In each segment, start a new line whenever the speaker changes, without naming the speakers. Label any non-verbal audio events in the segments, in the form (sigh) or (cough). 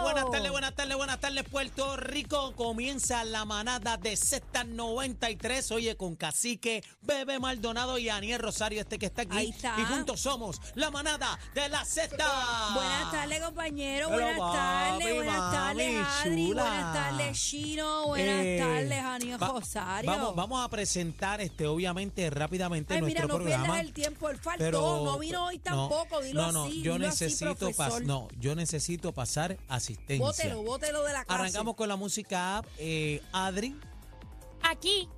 buenas tardes, buenas tardes, buenas tardes, Puerto Rico. Comienza la manada de Z93. Oye, con Cacique, Bebe Maldonado y Aniel Rosario, este que está aquí.
Ahí está.
Y juntos somos la manada de la Z.
Buenas tardes, compañero.
Pero
buenas tardes,
papi,
buenas
mami,
tardes, Adri.
chula.
Buenas tardes, Chino. Buenas
Eh,
tardes, Aniel
va-
Rosario.
Vamos, vamos a presentar, este, obviamente, rápidamente
Ay, mira,
nuestro
no
programa.
pierdas el tiempo. Él faltó.
Pero-
no vino hoy
no,
tampoco. dilo
no, no,
así.
Yo
dilo así,
necesito pas-
profesor.
no, yo necesito pasar asistencia.
Bótelo, bótelo de la clase.
Arrancamos con la música app. Eh, Adri,
Aquí,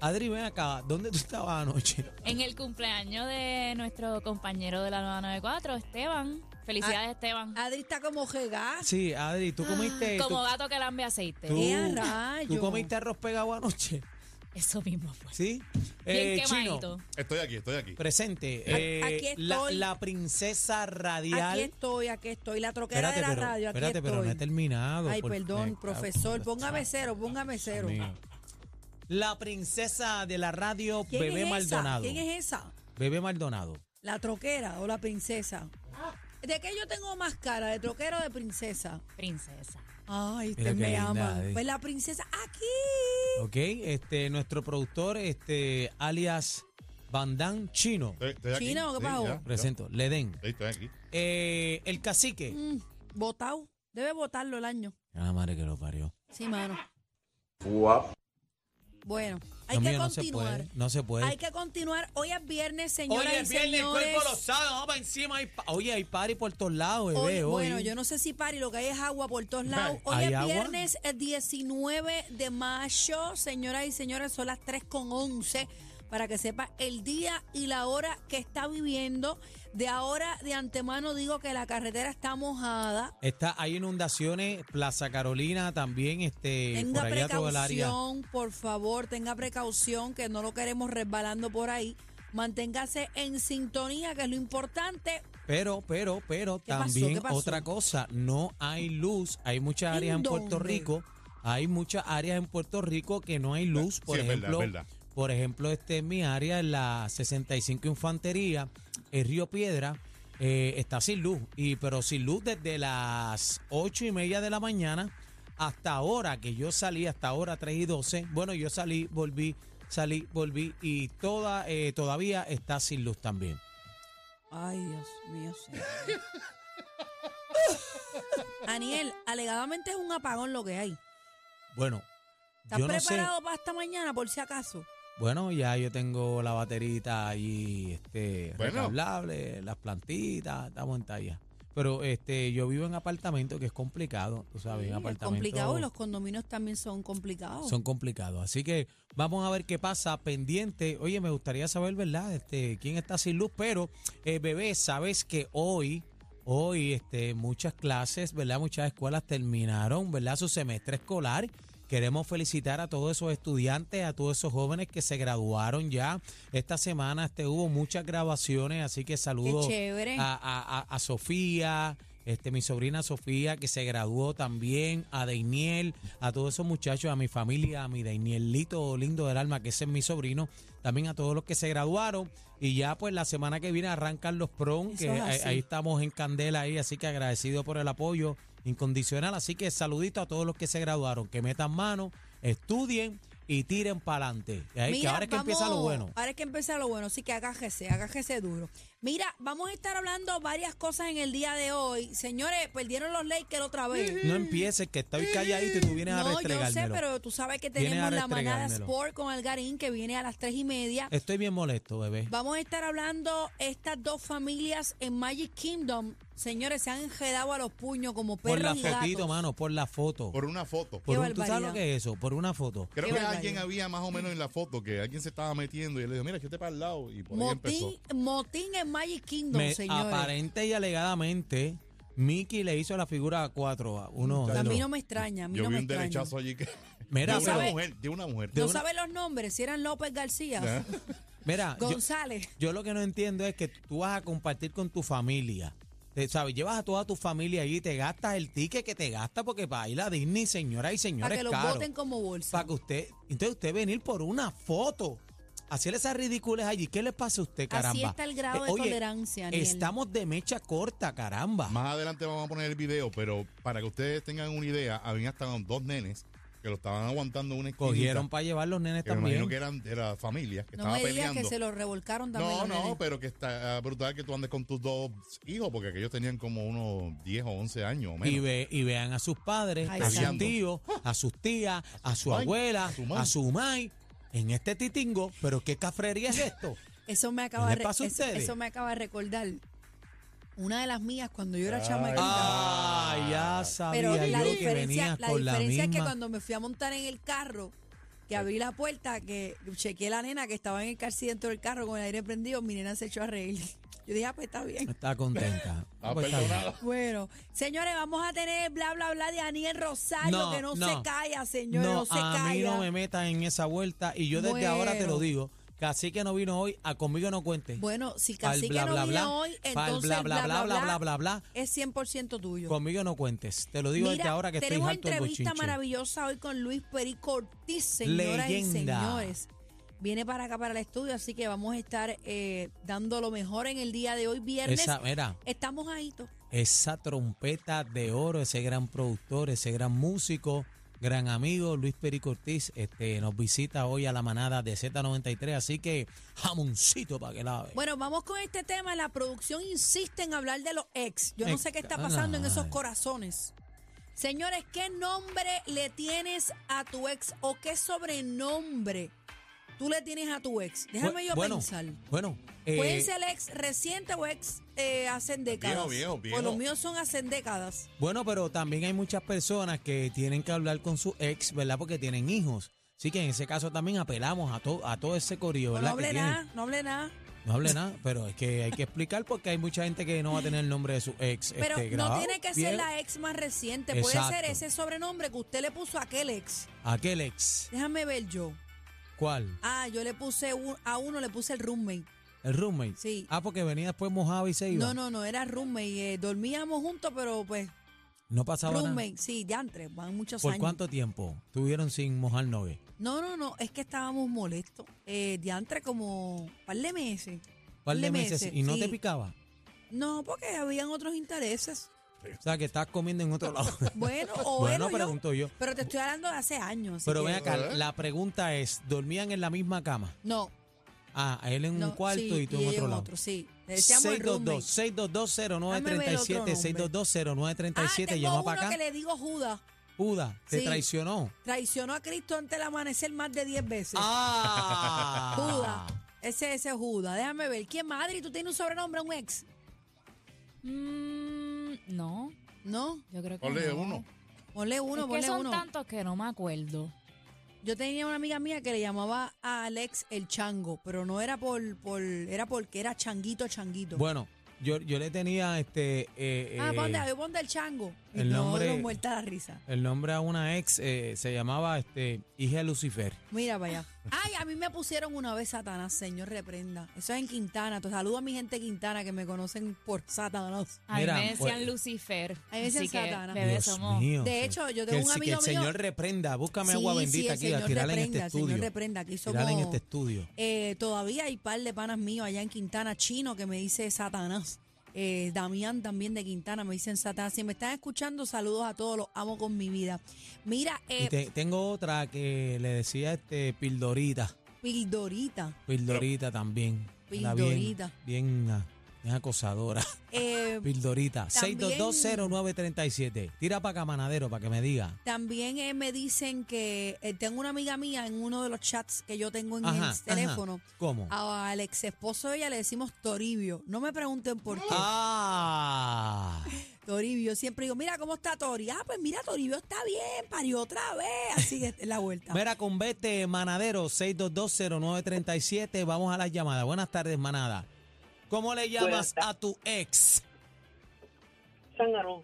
Adri, ven acá. ¿Dónde tú estabas
(laughs)
anoche?
en el cumpleaños de nuestro compañero de la 994, Esteban.
Ah,
Felicidades, Esteban.
Adri está como jegá.
Sí, Adri, tú comiste.
Como
tú,
gato que lambe aceite.
tú-
Ah, ¡Eh, a
tú
rayos!
comiste arroz pegado anoche.
Eso mismo fue.
¿Sí?
Bien
Eh,
quemadito.
Chino,
Estoy aquí, estoy aquí.
presente.
A-
Eh,
aquí estoy.
La, la princesa
Aquí
radial.
estoy, aquí estoy. La troquera
Espérate,
de la
pero,
radio. Aquí
espérate,
estoy.
pero no he terminado.
Ay,
por-
perdón,
eh,
profesor.
ah,
Póngame cero, póngame cero.
Dios mío. La princesa de la radio,
¿Quién
Bebé
es
Maldonado.
esa? ¿Quién es e- esa?
Bebé Maldonado.
¿La troquera o la princesa? ¿De qué yo tengo más cara? ¿De troquera o de princesa?
Princesa.
Ay,
Mira qué
ustedes me
linda, eh.
aman.
Adi.
Pues la princesa aquí.
Ok, este, nuestro productor, este, alias Bandán Chino.
Estoy, estoy aquí.
Chino, ¿qué
Sí,
pasó?
ya, ya.
Presento, le den.
Sí, estoy aquí.
Eh, el cacique.
Mm, votado. Debe votarlo el año.
Ah, madre que lo parió.
Sí, mano. Bueno, hay
Dios
que
mío, no se
continuar.
puede. No se puede.
Hay que continuar. Hoy es viernes, señoras
Oye,
y
es viernes, el
señores.
cuerpo lo sabe, vamos para encima. Hay pa- Oye, hay party por todos lados,
Hoy-
bebé, hoy.
bueno, yo no sé si pari, lo que hay es agua por todos lados. Hoy
¿Hay
es
agua?
viernes eh, 19 de mayo, señoras y señores, son las 3 con 11. Para que sepa el día y la hora que está viviendo. De ahora, de antemano, digo que la carretera está mojada.
Está, hay inundaciones, Plaza Carolina también, este,
tenga
por allá todo el área.
precaución, por favor, tenga precaución, que no lo queremos resbalando por ahí. Manténgase en sintonía, que es lo importante.
Pero, pero, pero
pasó?
también
¿Qué pasó?
otra cosa, no hay luz. Hay muchas
¿En
áreas en Puerto
dónde?
Rico, hay muchas áreas en Puerto Rico que no hay luz.
Sí,
Por
es verdad,
ejemplo,
es verdad.
por ejemplo, este en mi área, en la 65 Infantería, el Río Piedra, eh, está sin luz. Y pero sin luz desde las ocho y media de la mañana hasta ahora que yo salí, hasta ahora 3 y 12. Bueno, yo salí, volví, salí, volví y toda eh, todavía está sin luz también.
Ay, Dios mío. (laughs) señor. Aniel, alegadamente es un apagón lo que hay.
Bueno,
¿Estás
yo no sé.
preparado para esta mañana, por si acaso?
Bueno, ya yo tengo la baterita allí, este,
Bueno.
recablable, las plantitas, estamos en talla. Pero este, yo vivo en apartamento que es complicado, tú sabes,
Sí, es
apartamentos
complicado y los condominios también son complicados.
son complicados. Así que vamos a ver qué pasa pendiente. Oye, me gustaría saber, ¿verdad? Este, quién está sin luz, pero eh, bebé, sabes que hoy hoy este muchas clases, ¿verdad? Muchas escuelas terminaron, ¿verdad? Su semestre escolar. Queremos felicitar a todos esos estudiantes, a todos esos jóvenes que se graduaron ya. Esta semana este, hubo muchas grabaciones, así que saludos
chévere.
a, a- a- a Sofía, este, mi sobrina Sofía, que se graduó también, a Deiniel, a todos esos muchachos, a mi familia, a mi Deinielito lindo del alma, que ese es mi sobrino, también a todos los que se graduaron. Y ya pues la semana que viene arrancan los prom,
Eso
que
es
ahí,
así.
ahí estamos en candela ahí, así que agradecido por el apoyo incondicional. Así que saludito a todos los que se graduaron, que metan mano, estudien y tiren para adelante. Que
Mira,
ahora es que empieza lo
vamos-
bueno.
Ahora es que empieza lo bueno, así que agájese, agájese duro. Mira, vamos a estar hablando varias cosas en el día de hoy. Señores, perdieron los Lakers otra vez.
No empieces, que estoy calladito y tú vienes a
No, yo sé,
restregármelo.
pero tú sabes que
Vienes a
tenemos la manada
restregármelo.
Sport con Algarín que viene a las tres y media.
Estoy bien molesto, bebé.
Vamos a estar hablando estas dos familias en Magic Kingdom. Señores, se han enjedado a los puños como
Por la
perros y
fotito,
gatos.
mano, por la foto.
Por una foto.
Por
Qué
un- ¿Tú sabes
barbaridad.
lo que es eso? Por una foto.
Creo
Qué
que
barbaridad.
alguien había más o menos en la foto que alguien se estaba metiendo y él le dijo, mira, que te para el lado. Y por ahí empezó.
Motín, motín en Magic Kingdom,
Me-
señores.
aparente y alegadamente, Mickey le hizo la figura 4 a uno.
a
de
mí
los-
no me extraña, a mí
Yo
no
vi
me
un
extraña.
derechazo allí que.
(laughs) Mira,
de una
¿sabe?
mujer, de una mujer.
De
no
una-
sabe los nombres, si eran López García,
Mira, yo,
González.
yo lo que no entiendo es que tú vas a compartir con tu familia. Te- ¿Sabes? Llevas a toda tu familia allí, te gastas el ticket que te gasta porque para ir a Disney, señora y señores,
Para que los
caro.
voten como bolsa.
Para que usted, entonces usted venir por una foto, hacer esas ridículas allí, ¿qué le pasa a usted, caramba?
Así está el grado
Eh,
de
oye,
tolerancia, Aniel.
Estamos de mecha corta, caramba.
Más adelante vamos a poner el video, pero para que ustedes tengan una idea, habían hasta dos nenes que lo estaban aguantando en una esquinita,
Cogieron para llevar los nenes
que me imagino
también.
que eran de la familia que
no
estaba
me digas
peleando.
que se los revolcaron también.
no,
los
no,
nenes.
pero que está ah, brutal que tú andes con tus dos hijos, porque aquellos tenían como unos 10 o 11 años o menos.
Y, ve, y vean a sus padres,
Ay,
a sus
santo.
tíos, a sus tías, a su
mãe,
abuela,
a su mamá.
a su mai, en este titingo. Pero qué cafrería es
(laughs)
esto.
Eso me acaba,
¿Les
de,
pasa a
eso,
ustedes?
eso me acaba de recordar una de las mías cuando yo era
Ay.
chamaquita.
Ah, ya sabía
Pero la
yo que
diferencia,
venías
la
con la
diferencia es que
misma.
cuando me fui a montar en el carro, que abrí la puerta, que chequeé la nena que estaba en el car seat dentro del carro con el aire prendido, mi nena se echó a reír. (laughs) Yo dije, ah, pues está bien.
Está contenta.
Ah,
Pues está bien.
perdonado.
Bueno, señores, vamos a tener bla, bla, bla de Daniel Rosario, que no, se calla, señor, no, se
a
calla.
mí no me metas en esa vuelta y yo desde ahora te lo
Bueno.
digo. Casi que no vino hoy, a conmigo no cuentes.
Bueno, si
Pa'l
casi que
bla,
no
bla,
viene
bla.
hoy,
Pa'l
entonces
bla, bla, bla, bla, bla, bla, bla.
es 100% tuyo.
Conmigo no cuentes. Te lo digo
Mira,
desde ahora que estoy
tenemos
harto del
entrevista
bochinche.
maravillosa hoy con Luis Perico Ortiz, señoras y
Leyenda.
señores. Viene para acá, para el estudio, así que vamos a estar eh, dando lo mejor en el día de hoy, viernes.
Esa, mira,
Estamos ahí. to-
esa trompeta de oro, ese gran productor, ese gran músico, gran amigo Luis Perico Ortiz, este, nos visita hoy a la manada de Z93, así que jamoncito para que lave.
Bueno, vamos con este tema. La producción insiste en hablar de los ex. Yo no sé qué está pasando en esos
Ay.
corazones. Señores, ¿qué nombre le tienes a tu ex o qué sobrenombre tú le tienes a tu ex? Déjame yo
bueno,
pensar.
Bueno, eh,
Pueden ser ex reciente o ex eh, hace décadas.
viejo,
O
viejo.
los míos son hace décadas.
Bueno, pero también hay muchas personas que tienen que hablar con su ex, ¿verdad? Porque tienen hijos. Así que en ese caso también apelamos a, to- a todo ese corillo,
No, no
¿verdad?
hable
que tienen.
nada, no hable nada.
No hable nada, pero es que hay que explicar porque hay mucha gente que no va a tener el nombre de su ex.
Pero
este,
no
grabado.
tiene que ser
Bien.
la ex más reciente. Puede
Exacto.
ser ese sobrenombre que usted le puso a aquel ex.
Aquel ex.
Déjame ver yo.
¿Cuál?
Ah, yo le puse un- a uno, le puse el roommate.
El roommate.
Sí.
Ah, porque venía después mojado y se iba.
No, no, no, era roommate. eh, dormíamos juntos, pero pues
No pasaba nada.
roommate. Sí, diantre, van muchos
¿Por
años.
cuánto tiempo tuvieron sin mojar novia?
No, no, no, es que estábamos molestos. Eh, diantre como un par de meses.
Un par de meses. ¿Y no te
sí.
picaba?
No, porque habían otros intereses.
O sea, que estás comiendo en otro
(laughs)
lado.
Bueno, o
bueno,
era yo,
pregunto yo.
Pero te estoy hablando de hace años. así
Pero
que-
ven acá,
¿Eh?
la pregunta es, ¿dormían en la misma cama?
No,
Ah, él en
no,
un cuarto
sí,
y tú
ella
en otro lado.
sí. Le decíamos el roommate.
622-0937,
Ah,
622-0937,
tengo
llamó
uno
para acá.
que le digo Judas.
Judas, te
Sí.
traicionó.
Traicionó a Cristo antes del amanecer más de 10 veces. (laughs)
¡Ah!
Judas. Ese, ese es Judas. Déjame ver. ¿Quién más? Adri, ¿tú tienes un sobrenombre a un ex?
Mm, no,
No.
yo creo que
Ponle
no.
uno.
Ponle uno,
es que
ponle
son
uno.
tantos que no me acuerdo.
Yo tenía una amiga mía que le llamaba a Alex el chango, pero no era por, por era porque era changuito, changuito.
Bueno, yo, yo le tenía este eh,
ah,
eh,
ponte, yo ponte el chango. Y
el
no,
nombre-
yo muerta la risa.
el nombre a una ex, eh, se llamaba este hija de Lucifer.
Mira para allá. Ay, a mí me pusieron una vez Satanás, señor reprenda. Eso es en Quintana. Te saludo a mi gente de Quintana que me conocen por Satanás.
A mí
Mira,
me decían
pues-
Lucifer.
A mí me decían
así que,
Satana.
bebé,
Dios
somos.
mío.
De
sí.
hecho, yo
que,
tengo un
sí, que
amigo
el
mío.
Señor reprenda, búscame agua
Sí, sí,
bendita
el
aquí, a
Señor
tirarla en
reprenda,
este
el Señor
estudio.
reprenda, aquí
Tirarla en
somos-
este estudio.
Eh, todavía hay par de panas míos allá en Quintana, chino, que me dice Satanás. Eh, Damián también de Quintana me dicen Satanás. Si me están escuchando, saludos a todos, los amo con mi vida. Mira, eh,
y te- tengo otra que le decía este Pildorita.
Pildorita.
Pildorita también. Era bien-
Pildorita.
Bien, ah, bien acosadora.
Eh,
Pildorita.
(laughs) También-
6220937. Tira para acá, manadero, para que me diga.
También eh, me dicen que eh, tengo una amiga mía en uno de los chats que yo tengo en
Ajá,
el
ajá.
teléfono. Ah,
¿Cómo?
a- Al ex esposo de ella le decimos Toribio. No me pregunten por qué.
Ah,
eh. Toribio siempre digo, mira cómo está Tori. Ah, pues mira, Toribio está bien, parió otra vez. Así que es la vuelta.
mira, convete, manadero, 6220937. Vamos a las llamadas. Buenas tardes, manada. ¿Cómo le llamas
Buenas tardes.
a tu ex?
Zángano.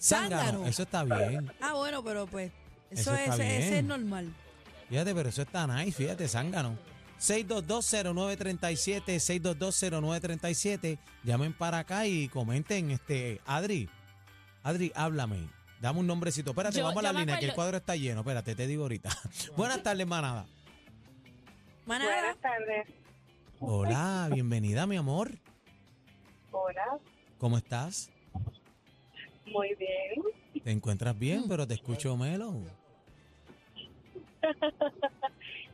Zángano.
Zángano.
Eso está bien.
Ah, bueno, pero pues,
Eso
eso,
está
es, ese- ese es
bien.
normal.
Fíjate, pero eso está nice, fíjate, zángano. 6220937, 6220937. Llamen para acá y comenten, este, Adri, Adri, háblame. Dame un nombrecito. Espérate,
Yo-
vamos a la
yo me
línea, que el
acuerdo-
cuadro está lleno. Espérate, te digo ahorita. (laughs) Buenas tardes, manada.
Manada,
Buenas tardes.
Hola, bienvenida, mi amor.
Hola.
¿Cómo estás?
Muy bien.
¿Te encuentras bien? Pero te escucho melo.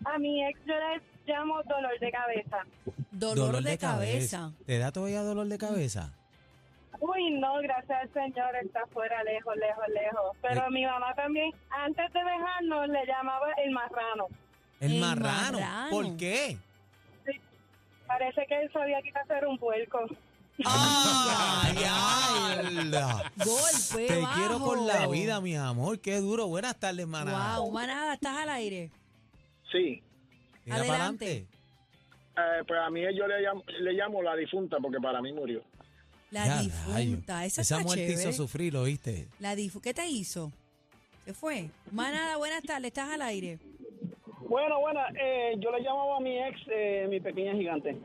A mi ex yo le llamo dolor de cabeza.
dolor, de, cabeza.
¿Te da todavía dolor de cabeza?
Uy, no, gracias al Señor, está fuera, lejos, lejos, lejos. Pero
Eh.
mi mamá también, antes de dejarnos, le llamaba el marrano.
El,
El
marrano.
marrano.
¿Por qué?
Parece que él sabía que iba a hacer un vuelco.
¡Ay, (laughs) ay! la-
Golpe
Te
bajo.
quiero con la vida, mi amor. Qué duro. Buenas tardes, manada.
Wow, manada, estás al aire.
Sí,
Tira para
adelante.
adelante.
eh, pues a mí yo le llamo, le llamo la difunta porque para mí murió.
La
Ya,
difunta,
rayos. Esa
esa, está
muerte
chévere.
hizo sufrir, ¿oíste?
La difu ¿Qué te hizo? Se fue. Manada, buenas tardes, estás al aire.
Bueno, bueno, eh, yo le llamaba a mi ex eh, mi pequeña gigante.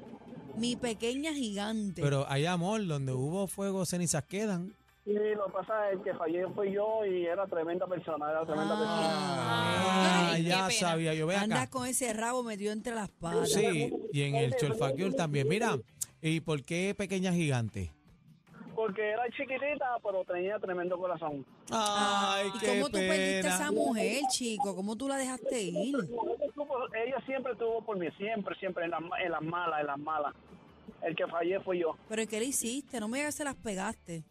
Mi pequeña gigante.
Pero hay amor, donde hubo fuego, cenizas quedan.
Y lo que pasa es que fallé fui yo y era tremenda persona, era tremenda persona.
Ah,
Ay, qué
ya
pena.
sabía. Yo ve
Andas
acá.
con ese rabo metido entre las patas.
Sí, y en el Cholfacul también. Mira, ¿y por qué pequeña gigante?
Porque era chiquitita, pero tenía tremendo corazón.
Ay,
Ah, ¿Y
qué
cómo tú perdiste a
pena.
esa mujer, chico? ¿Cómo tú la dejaste ir?
Ella, estuvo- ella siempre estuvo por mí, siempre, siempre, en las ma- en las malas, en las malas. El que fallé fui yo.
¿Pero ¿y qué le hiciste? No me digas que se las pegaste.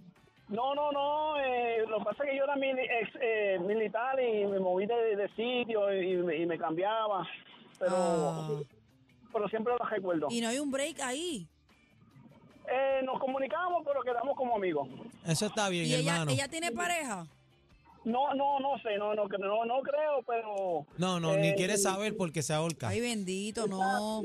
No, no, no. eh, lo que pasa es que yo era mili- ex, eh, militar y me moví de, de sitio y, me- y me cambiaba. Pero,
Ah.
pero siempre lo recuerdo.
Y no hay un break ahí.
Eh, nos comunicamos, pero quedamos como amigos.
Eso está bien,
¿Y ella,
hermano.
ella tiene pareja?
No, no, no sé, no, no, cre- no, no creo, pero.
No, no, ni
eh,
quiere saber porque se ahorca.
Ay, bendito, no.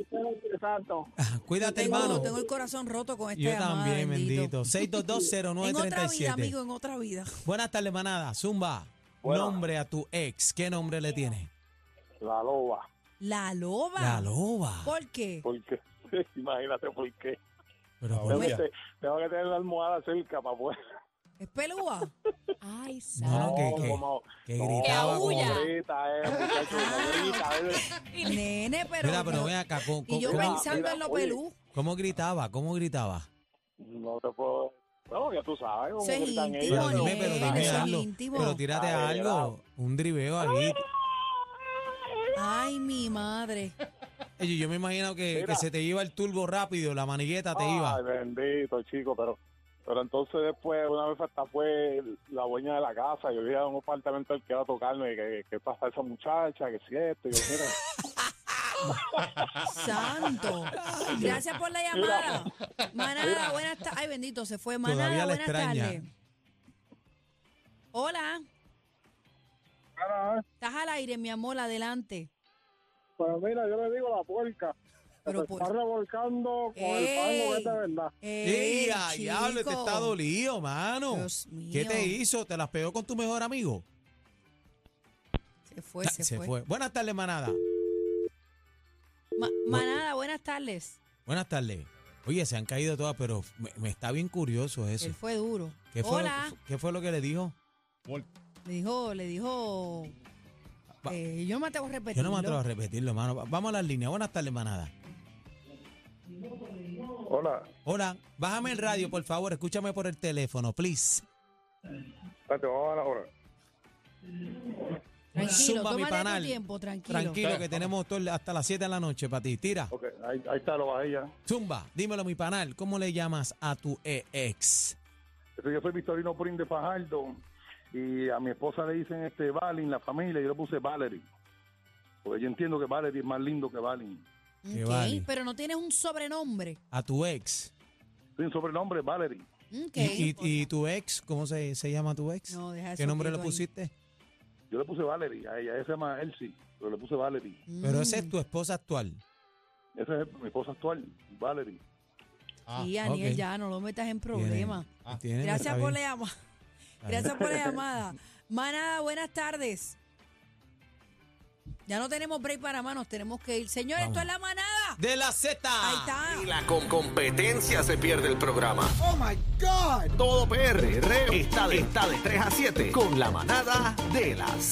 Exacto.
(laughs) Cuídate,
Tengo,
Este hermano.
tengo el corazón roto con esta
Yo
llamada,
también, bendito.
(laughs) En otra vida,
6220937.
amigo, en otra vida.
Buenas tardes, manada. Zumba.
Bueno.
Nombre a tu ex. ¿Qué nombre le tiene?
La loba.
La loba.
La loba.
¿Por qué?
Porque, (laughs) imagínate por qué.
Pero
Tengo
por
que
Dios.
te-
tengo que tener la almohada cerca para poder.
¿Es pelúa?
Ay,
Ah,
No, no,
(laughs)
santo.
que, que- que gritaba.
Que
como-
aúlla.
eh,
Y le-
Nene, pero.
Mira, pero ven acá. ¿cómo,
y yo
cómo-
pensando
mira,
en lo
oye.
pelú.
cómo gritaba? ¿Cómo gritaba?
No te puedo. Bueno, ya tú sabes.
Eso es íntimo,
Pero
Oye,
dime, pero dime
eso es
algo.
íntimo.
Pero tírate
Ay,
algo. Un driveo ahí.
Ay, mi madre.
Oye, Yo me imagino que, que
Mira.
se te iba el turbo rápido, la manigueta te iba.
Ay, bendito, chico, pero. Pero entonces después, una vez hasta fue la dueña de la casa, yo vi a un apartamento al que iba a tocarme, que, que pasa esa muchacha, que si esto, y yo, mira,
Santo. Gracias por la llamada. Manada, buenas tardes. Ay, bendito, se fue.
Todavía
Manada,
la
buenas
extraña.
tardes. Hola. Estás al aire, mi amor, adelante.
pues mira, yo le digo la puerca,
Pero por.
revolcando
con el fango que es de Ey.
verdad.
¡Ey,
¡Ey, a diablo! Te
eh, chico!
está dolido, mano.
Dios mío.
¿Qué te hizo? ¿Te las pegó con tu mejor amigo?
Se fue, Pues se, fue.
Buenas tardes, manada.
Ma- manada, buenas tardes.
Buenas tardes. Oye, se han caído todas, pero me, me está bien curioso eso.
Él fue duro.
¿Qué fue, lo-
Hola.
¿Qué fue lo que le dijo?
Por-
Le dijo, le dijo.
Va-
eh, yo no me atrevo a repetir.
Yo no me atrevo a repetirlo, hermano. Va- Vamos a las líneas. Buenas tardes, manada.
Hola,
Hola, bájame el radio, por favor. Escúchame por el teléfono, please.
espérate, vamos a la hora.
Tranquilo,
Zumba, mi
tómate tu
panal.
tiempo, tranquilo.
Tranquilo, que tenemos todo el- hasta las 7 de la noche para ti. Tira.
Ok, ahí, ahí está, lo bajé ya.
Zumba, dímelo, mi panal. ¿Cómo le llamas a tu ex?
Entonces, yo soy Victorino Prín de Fajardo y a mi esposa le dicen este Valin, la familia, yo le puse Valerie. Porque yo entiendo que Valerie es más lindo que Valin.
Que
Ok,
vale.
Pero no tienes un sobrenombre.
A tu ex.
Tiene un sobrenombre, Valerie.
Ok.
¿Y, y, y tu ex? ¿Cómo se, se llama tu ex?
No, deja
¿Qué
eso
nombre le
quieto ahí.
pusiste?
Yo le puse Valerie, a ella, ella se llama Elsie, pero le puse Valerie.
Pero
Mm.
esa es tu esposa actual.
Esa es mi esposa actual, Valerie.
y
Ah,
Aniel,
ok.
ya no lo metas en problemas.
Ah,
Tiene
Gracias
nuestra
por la
bien.
llamada.
(laughs) Está bien.
Gracias por la llamada. Manada, buenas tardes. Ya no tenemos break para manos, tenemos que ir. Señor, esto es la manada.
De la Z.
Ahí está.
Y la con competencia se pierde el programa. Oh my God. Todo PR está de, está de 3 a 7 con la manada de las.